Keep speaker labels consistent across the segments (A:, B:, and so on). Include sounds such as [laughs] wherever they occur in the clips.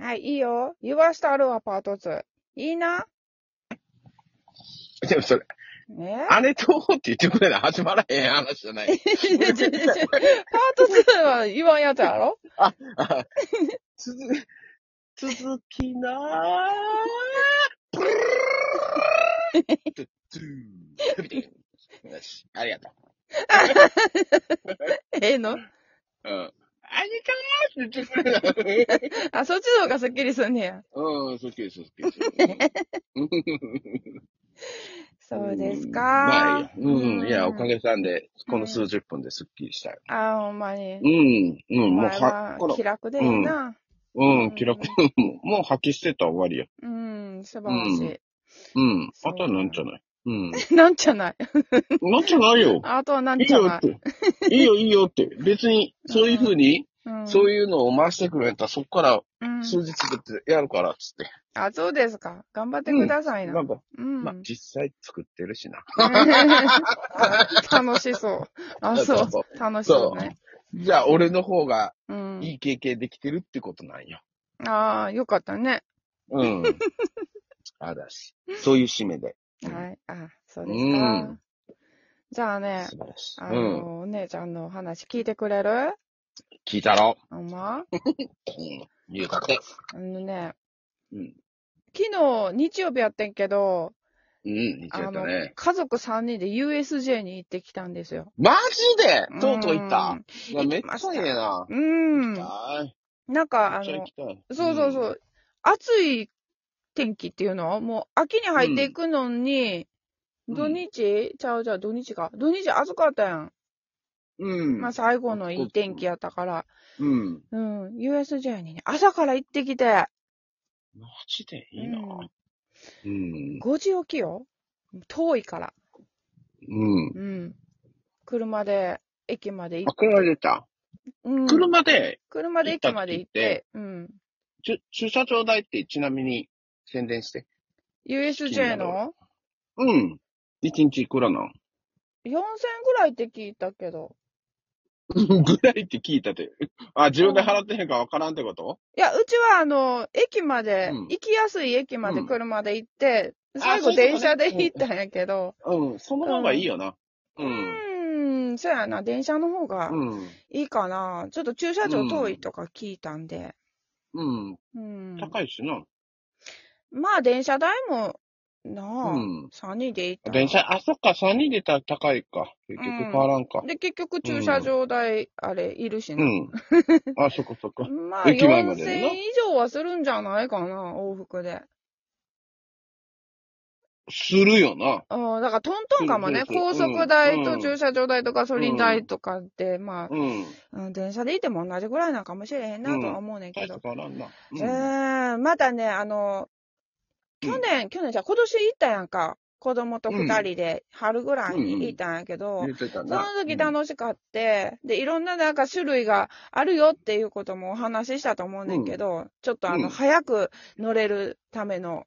A: はい、いいよ。言わしてあるわ、パート2。いいな
B: でもそれ、
A: ね
B: 姉とって言ってくれない始まらへん話じゃない。
A: パート2は言わんやつや
B: [laughs]
A: ろ
B: あ続、続きなーブルードゥドゥーよし、ありがと
A: ええの
B: う。うん。兄かーって言ってくれない。
A: あ、そっちの方がスッキリすんねや。
B: うん、そっちです、そっちです。うん
A: そうです
B: まあいい
A: か
B: や。うん、いや、おかげさんで、この数十分ですっきりしたよ。
A: あ、ほんまに。
B: うん、うん、もう
A: 前
B: は、
A: は
B: この
A: 気、楽でいいな。
B: うん、気楽。もう破棄してたら終わりや。
A: うん、素晴らし
B: うん。あとはなんじゃないうん。
A: い。 [laughs] なんじゃない。
B: なんじゃないよ。
A: あとは [laughs] なん
B: いい
A: じゃ
B: よ
A: ない。
B: って。いいよ、いいよって。別に、そういうふうに、そ
A: いう
B: いうのを回してくれたら、そこから
A: うん。
B: 数日だってやるから、つって。
A: あ、そうですか。頑張ってくださいな
B: な。んか、
A: うん。
B: まあ、実際作ってるしな。
A: [laughs] 楽しそう。あ、そ。
B: そうそう
A: 楽しそうね。
B: じゃあ、俺の方が
A: うん。
B: いい経験できてるってことなんよ。
A: ああ、よかったね。
B: うん。あだし。そういう締めで。うん
A: はい。あ、そうですか。
B: うん
A: じゃあね
B: 素、晴らしい。
A: あ
B: うん。
A: の、お姉ちゃんの話聞いてくれる
B: 聞いたろ。
A: ほんま
B: うん。留学で。
A: あのね、
B: うん。
A: 昨日日曜日やってんけど、
B: うん、似
A: あ
B: てた
A: の
B: ね、。
A: 家族3人で USJ に行ってきたんですよ。
B: マジでとうとう行った。いや
A: 行
B: めっ
A: き
B: ち
A: ました
B: ゃええな。
A: うん。
B: はい。
A: なんか、あ
B: めっちゃ行
A: の、
B: きたい
A: そうそうそう。。暑い天気っていうのはもう秋に入っていくのに、
B: うん
A: 土日、ちゃうちゃう、土日か。土日暑かったやん。
B: うん。
A: まあ最後のいい天気やったから。
B: うん。
A: うん。USJ にね、朝から行ってきて、
B: マジでいい
A: う
B: な。
A: ん
B: うん。
A: 5時起きよ。遠いから。
B: うん。
A: うん。車で、駅まで行
B: あ、
A: っ、
B: 車で行った。
A: うん、
B: 車で、
A: 車で駅まで行って、うん。
B: ちゅ駐車場代ってちなみに宣伝して。
A: USJ の
B: うん。一日いくらなん
A: 4000ぐらいって聞いたけど。
B: ぐらいって聞いたて。あ、自分で払ってへんかわからんってこと
A: いや、うちはあの、駅まで、
B: うん
A: 行きやすい駅まで
B: うん
A: 車で行って、
B: あ
A: 最後
B: そういう
A: 電
B: ことね
A: 車で行ったんやけど、
B: うん。その方がいいよな。う。
A: うんーん、そうやな、電車の方が
B: うん。
A: いいかな。ちょっと駐車場遠いとか聞いたんで。
B: うん。
A: うん。
B: 高いしな。
A: まあ、電車代も、なあ、
B: うん。
A: 3人で行ったら。
B: 電車、あ、そっか、3人出たら高いか。結局変わらんか。
A: で、結局駐車場代、あれ、いるし
B: う
A: な。
B: ん。あ、そこそこ。
A: まあ、
B: 駅前まで
A: 4000
B: な
A: 以上はするんじゃないかな、往復で。
B: するよな。
A: うん、だからトントンかもね、
B: そう
A: 高
B: そうそう
A: 速代
B: う
A: と
B: ん
A: 駐車場代とガソリン代とかって、まあ、
B: うん。
A: うん、電車で行っても同じぐらいなんかもしれへんなとは思うねんけ
B: 大し
A: ど。
B: て変わらんな。
A: う
B: う
A: ー
B: ん
A: ん、またね、あの、
B: うん
A: 去年、去年じゃ、今年行ったやんか。子供と二人で、春ぐらいに行ったんやけど、
B: 言ってた
A: その
B: な。
A: 時楽しかって、で、いろんななんか種類があるよっていうこともお話ししたと思うねんけど、ちょっとあの、
B: うん
A: 早く乗れるための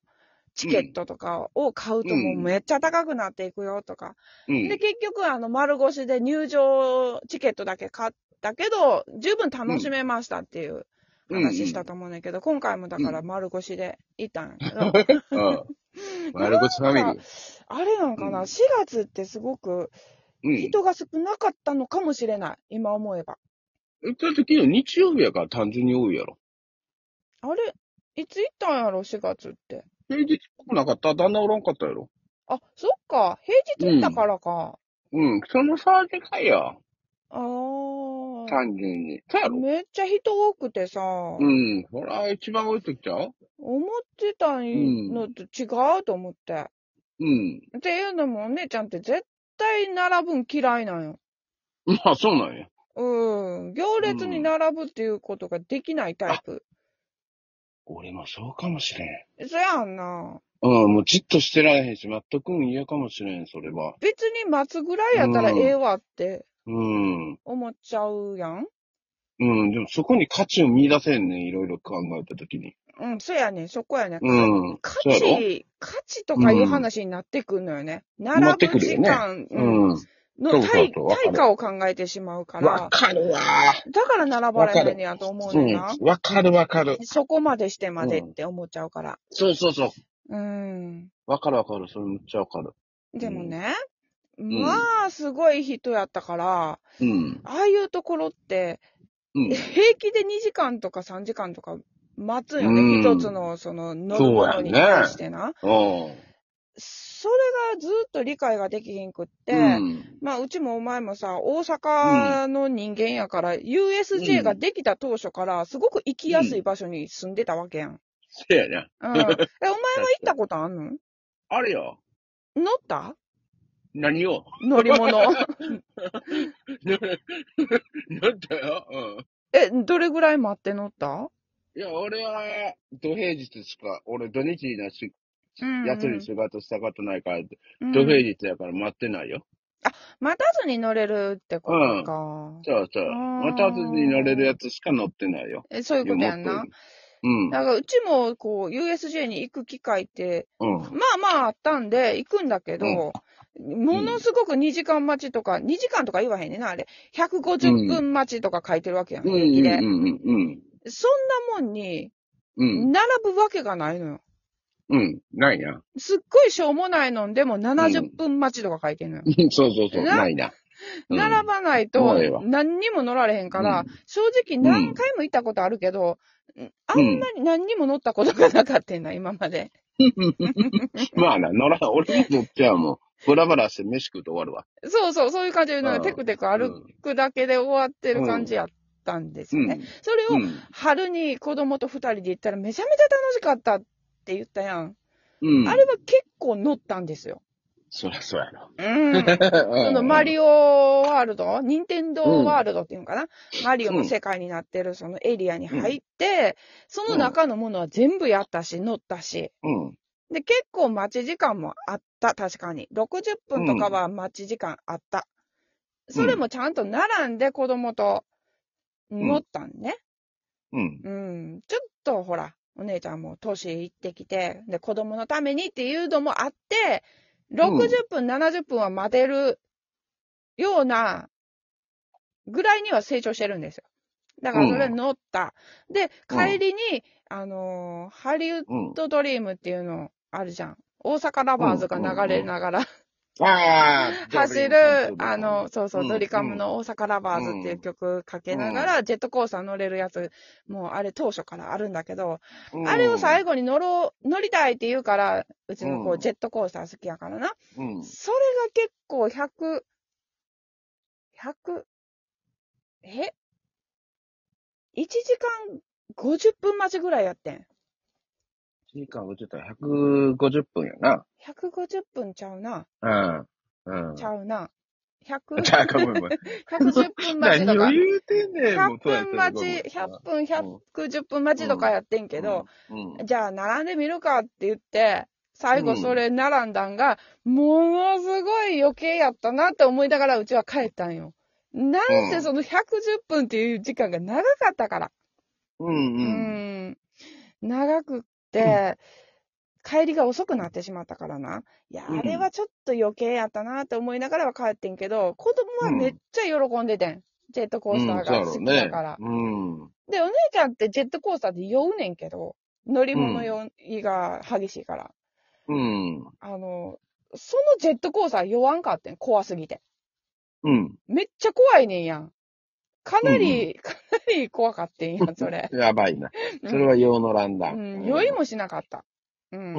A: チケットとかを買うともうめっちゃ高くなっていくよとか。
B: うん
A: で、結局あの、丸腰で入場チケットだけ買ったけど、十分楽しめましたっていう話したと思うねんけど、今回もだから丸腰で行ったんやけど、
B: うん。うん丸口ファミ
A: あれなんかな、
B: うん
A: 4月ってすごく
B: リー。うん。
A: 人が少なかったのかもしれない、今思えば。
B: だって昨日日曜日やから単純に多いやろ。
A: あれいつ行ったんやろ ?4 月って。
B: 平日来なかった旦那おらんかったやろ。
A: あ、そっか。平日行ったからか。
B: うん。その差でかいや。
A: あ
B: 単純に。そうや
A: あ。
B: ろ。
A: めっちゃ人多くてさ、
B: うん。ほら、一番多い時ちゃう
A: 思ってたのと違うと思って。
B: うん。
A: っていうのもお姉ちゃんって絶対並ぶん嫌いなんよ。
B: まあ、そうなんや。
A: うん。行列に並ぶっていうことができないタイプ。
B: 俺もそうかもしれん。
A: そやんな。
B: うん、もうじっとしてられへんし、全くん嫌かもしれん、それは。
A: 別に待つぐらいやったらええわって
B: うん。
A: 思っちゃうやん。
B: うん、でもそこに価値を見出せんね、いろいろ考えたときに。
A: うん、そやねん。そこやねん。
B: うん。
A: 価
B: そうやろ
A: 値、価値とかいう話になってくるのよね。並ぶ時間、
B: うん。
A: の
B: そうそうそ
A: 対
B: うわかる
A: 対価を考えてしまうから
B: わ、かるわ
A: だから並ばれへんねやと思う
B: う
A: ねんな。
B: ん。わかるわかる。
A: そこまでしてまでって思っちゃうから。
B: そうそうそう。
A: うん。
B: わかるわかる。それめっちゃわかる。
A: でもね、
B: ん
A: まあ、すごい人やったから、
B: うん。
A: ああいうところって、
B: うん。
A: 平気で2時間とか3時間とか待つんよ
B: うん
A: ね。一、つの、その、乗るものに対してな。
B: うん。
A: そ,、れがずっと理解ができへんくって、
B: うん。
A: まあ、うちもお前もさ、大阪の人間やから、USJ ができた当初から、すごく行きやすい場所に住んでたわけやん。
B: せやね。 [laughs]
A: うん。え、お前は行ったことあんの
B: あれよ。 [laughs]
A: 乗った
B: 何を
A: 乗り
B: [laughs]
A: 物。
B: なんだよ。うん。
A: え、どれぐらい待って乗った
B: いや、俺は、土平日しか、俺土日なし、
A: うんうん
B: やつに仕事したことないから、
A: うん
B: 土平日やから待ってないよ。
A: 待たずに乗れるってことか。
B: そうそう。
A: あー
B: 待たずに乗れるやつしか乗ってないよ。
A: えそういうことやん
B: いや
A: な
B: もっ。うん。
A: だからうちもこう USJ に行く機会って、
B: うん。
A: まあまああったんで行くんだけど、ものすごく2時間待ちとか、2時間とか言わへんねんな、あれ。150分待ちとか書いてるわけやん。
B: うん
A: 平気
B: うん
A: で
B: うんうん
A: そんなもんに、
B: うん。
A: 並ぶわけがないのよ。
B: うん。うん。ないな。
A: すっごいしょうもないのんでも70分待ちとか書いてるのよ。
B: そうそうそう。
A: な
B: ないな。うん
A: 並ばない
B: そうや
A: と
B: わ
A: 何にも乗られへんから、
B: うん
A: 正直何回も行ったことあるけど、あんまり何にも乗ったことがなかったんだ、今まで。
B: まあな、乗らん。俺も乗っちゃうもん。ブラブラして飯食うと終わるわ。
A: そうそう、そういう感じで、なん
B: うん
A: かテクテク歩くだけで終わってる感じやったんです
B: う
A: よね。
B: ん。
A: それ
B: う
A: を、
B: ん。
A: 春に子供と二人で行ったらめちゃめちゃ楽しかったって言ったやん。
B: うん。
A: あれは結構乗ったんですよ。
B: そりゃそうやろ。
A: うん。そのマリオワールド、ニンテンドーワールドっていうのかな、マリオの世界になってるそのエリアに入って、その中のものは全部やったし、乗ったし。
B: うん。
A: で、結構待ち時間もあった、確かに。60分とかは待ち時間あった。
B: ん
A: それもちゃんと並んで子供と乗ったんね。
B: うん。
A: うん。ちょっとほら、お姉ちゃんも年いってきて、で、子供のためにっていうのもあって、60分、70分は待てるようなぐらいには成長してるんですよ。だからそれ乗った。で、帰りに、あのーハリウッ
B: うん
A: ホッ。トドリームっていうのあるじゃん。大阪ラバーズが流れながら、
B: ああ
A: [laughs] 走る、あの、、そうそうう、
B: ん
A: ドリカムの大阪ラバーズっていう曲かけながら、ジェットコースター乗れるやつ、もうあれ当初からあるんだけど、あれを最
B: 後、
A: 後に乗ろう、乗りたいって言うから、うちの
B: う
A: 子
B: ん
A: ジェットコースター好きやからな。
B: うん。
A: それが結構100、100、え ?1 時間50分待ちぐらいやってん。
B: 時間落ちたら150分や
A: 150分ちゃうな。
B: な。うん。うん。
A: ちゃうな。
B: ちゃ
A: 100
B: うかも、ごめん。
A: 110分 [laughs] 待ち
B: 何
A: と
B: を
A: か。
B: 言うてんねん、も
A: 100
B: う
A: 分待ち、100分、110分待ちとかやってんけど、、
B: うん。
A: じゃあ並んでみるかって言って、最後それ並んだんが、ものすごい余計やったなって思いながらうちは帰ったんよ。なん
B: うん
A: せその110分っていう時間が長かったから。
B: う、
A: うんん。長くって、帰りが遅くなってしまったからな。いや、
B: うん
A: あれはちょっと余計やったなって思いながらは帰ってんけど、子供はめっちゃ喜んでてん。ジェットコ
B: う
A: ー
B: ん。
A: スターが好きだから。
B: うん。
A: で、お姉ちゃんってジェットコースターで酔うねんけど、乗り物酔いが激しいから。
B: うん。
A: あの、そのジェットコースター酔わんかってん。怖すぎて。
B: うん。。
A: めっちゃ怖いねんやん。かなり、かなり怖かってんやん、それ
B: やばいな。それは用の乱だ。
A: うん、酔いもしなかった。うん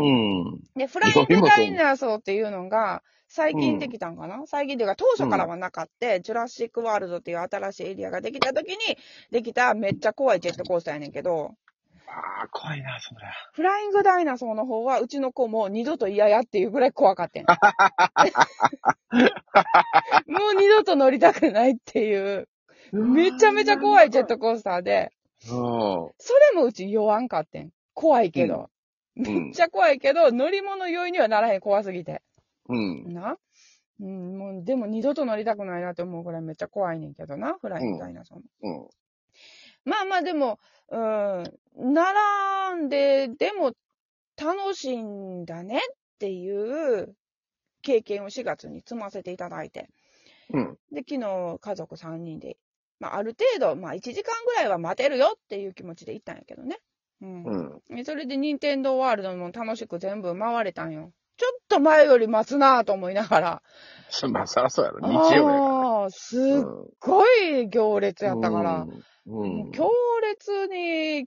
B: うん。
A: で、フライングダイナソーっていうのが、最近できたんかな、最近というか、当初からはなかった、ジュラシックワールドっていう新しいエリアができた時に、できためっちゃ怖いジェットコースターやねんけど、
B: ああ、怖いな、それ。
A: フライングダイナソーの方は、うちの子も二度と嫌やっていうぐらい怖かって
B: [laughs]
A: ん。もう二度と乗りたくないっていう、めちゃめちゃ怖いジェットコースターで、
B: そ
A: それもうち酔わんかってん。怖いけど。
B: んうん
A: めっちゃ怖いけど、乗り物酔いにはならへん、怖すぎて。
B: う。うん。
A: な。うん、もう、でも二度と乗りたくないなって思うぐらいめっちゃ怖いねんけどな、フライングダイナソーも。
B: うん。
A: まあまあでも、うん、並んで、でも楽しいんだねっていう経験を4月に積ませていただいて。
B: うん。
A: で、昨日家族3人で、まあ、ある程度、まあ、1時間ぐらいは待てるよっていう気持ちで行ったんやけどね。うん。
B: うん。
A: でそれで任天堂ワールドも楽しく全部回れたんよ。ちょっと前より待つなぁと思いながら。
B: そまあ、そらそうやろ。日曜やか
A: あーす
B: ら。
A: っ
B: うん
A: ごい行列やったから。。
B: う。
A: もうん強烈に90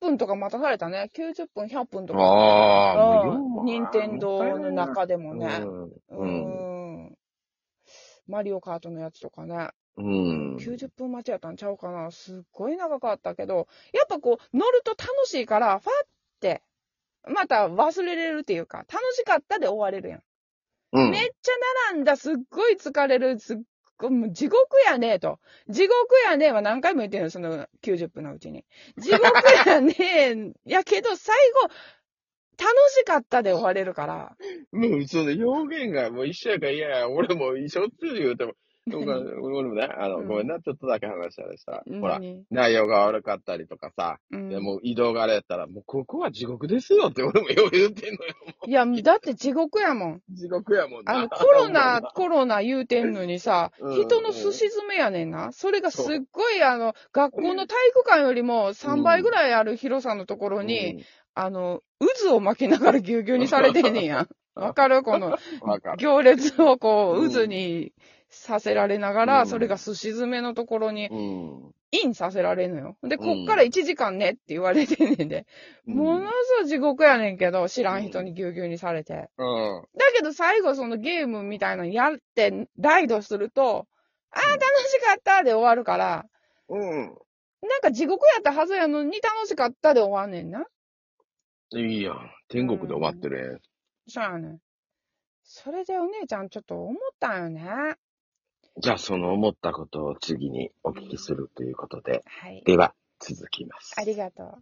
A: 分とか待たされたね。90分、100分とか。
B: ああ、
A: うん。任天堂の中でもね。
B: う
A: うんん。マリオカートのやつとかね。
B: うん。
A: 90分待ちやったんちゃうかな。すっごい長かったけど、やっぱこう、乗ると楽しいから、ファって、また忘れれるっていうか、楽しかったで終われるやん。
B: うん。
A: めっちゃ並んだ、すっごい疲れる、すっごい、もう地獄やねえと。地獄やねえは何回も言ってるの、その90分のうちに。地獄やねえ、やけど最後、楽しかったで終われるから。
B: もう、その表現がもう一緒やから、いや、俺も一緒って言うても、なんか俺もね、あの、
A: うん
B: ごめんな、ちょっとだけ話したらさ、ほら、
A: 何
B: 内容が悪かったりとかさ、
A: うん
B: でもう移動があれやったら、もうここは地獄ですよって俺もよう言うてんのよ。
A: いや、だって地獄やもん。
B: 地獄やもんな。
A: あの、コロナ、コロナ言うてんのにさ、
B: うん
A: 人のすし詰めやねんな。それがすっごい、あの、学校の体育館よりも3倍ぐらいある広さのところに、あの、渦を巻きながらぎゅうぎゅうにされてんねん
B: [laughs]
A: やん。わかるこの、
B: うん、わかる。
A: 行列をこ
B: う
A: う、
B: ん
A: 渦にさせられなが
B: う
A: ら、
B: ん
A: それがすし詰めのところに、
B: うん。
A: インさせられんのよ。で、
B: うん
A: こっから1時間ねって言われてんねんで。ものすごい地獄やねんけど、知らん人にぎゅうぎゅうにされて。
B: うん。
A: だけど最後そのゲームみたいなのやって、ライドすると、あー
B: うん
A: 楽しかったで終わるから、
B: うん。
A: なんか地獄やったはずやのに楽しかったで終わんねんな。
B: いいやん。天国で終わってる
A: そうやねん。それでお姉ちゃんちょっと思ったんよね。は
B: やん。じゃあ、その思ったことを次にお聞きするということで、
A: い。
B: では、続きます。
A: ありがとう。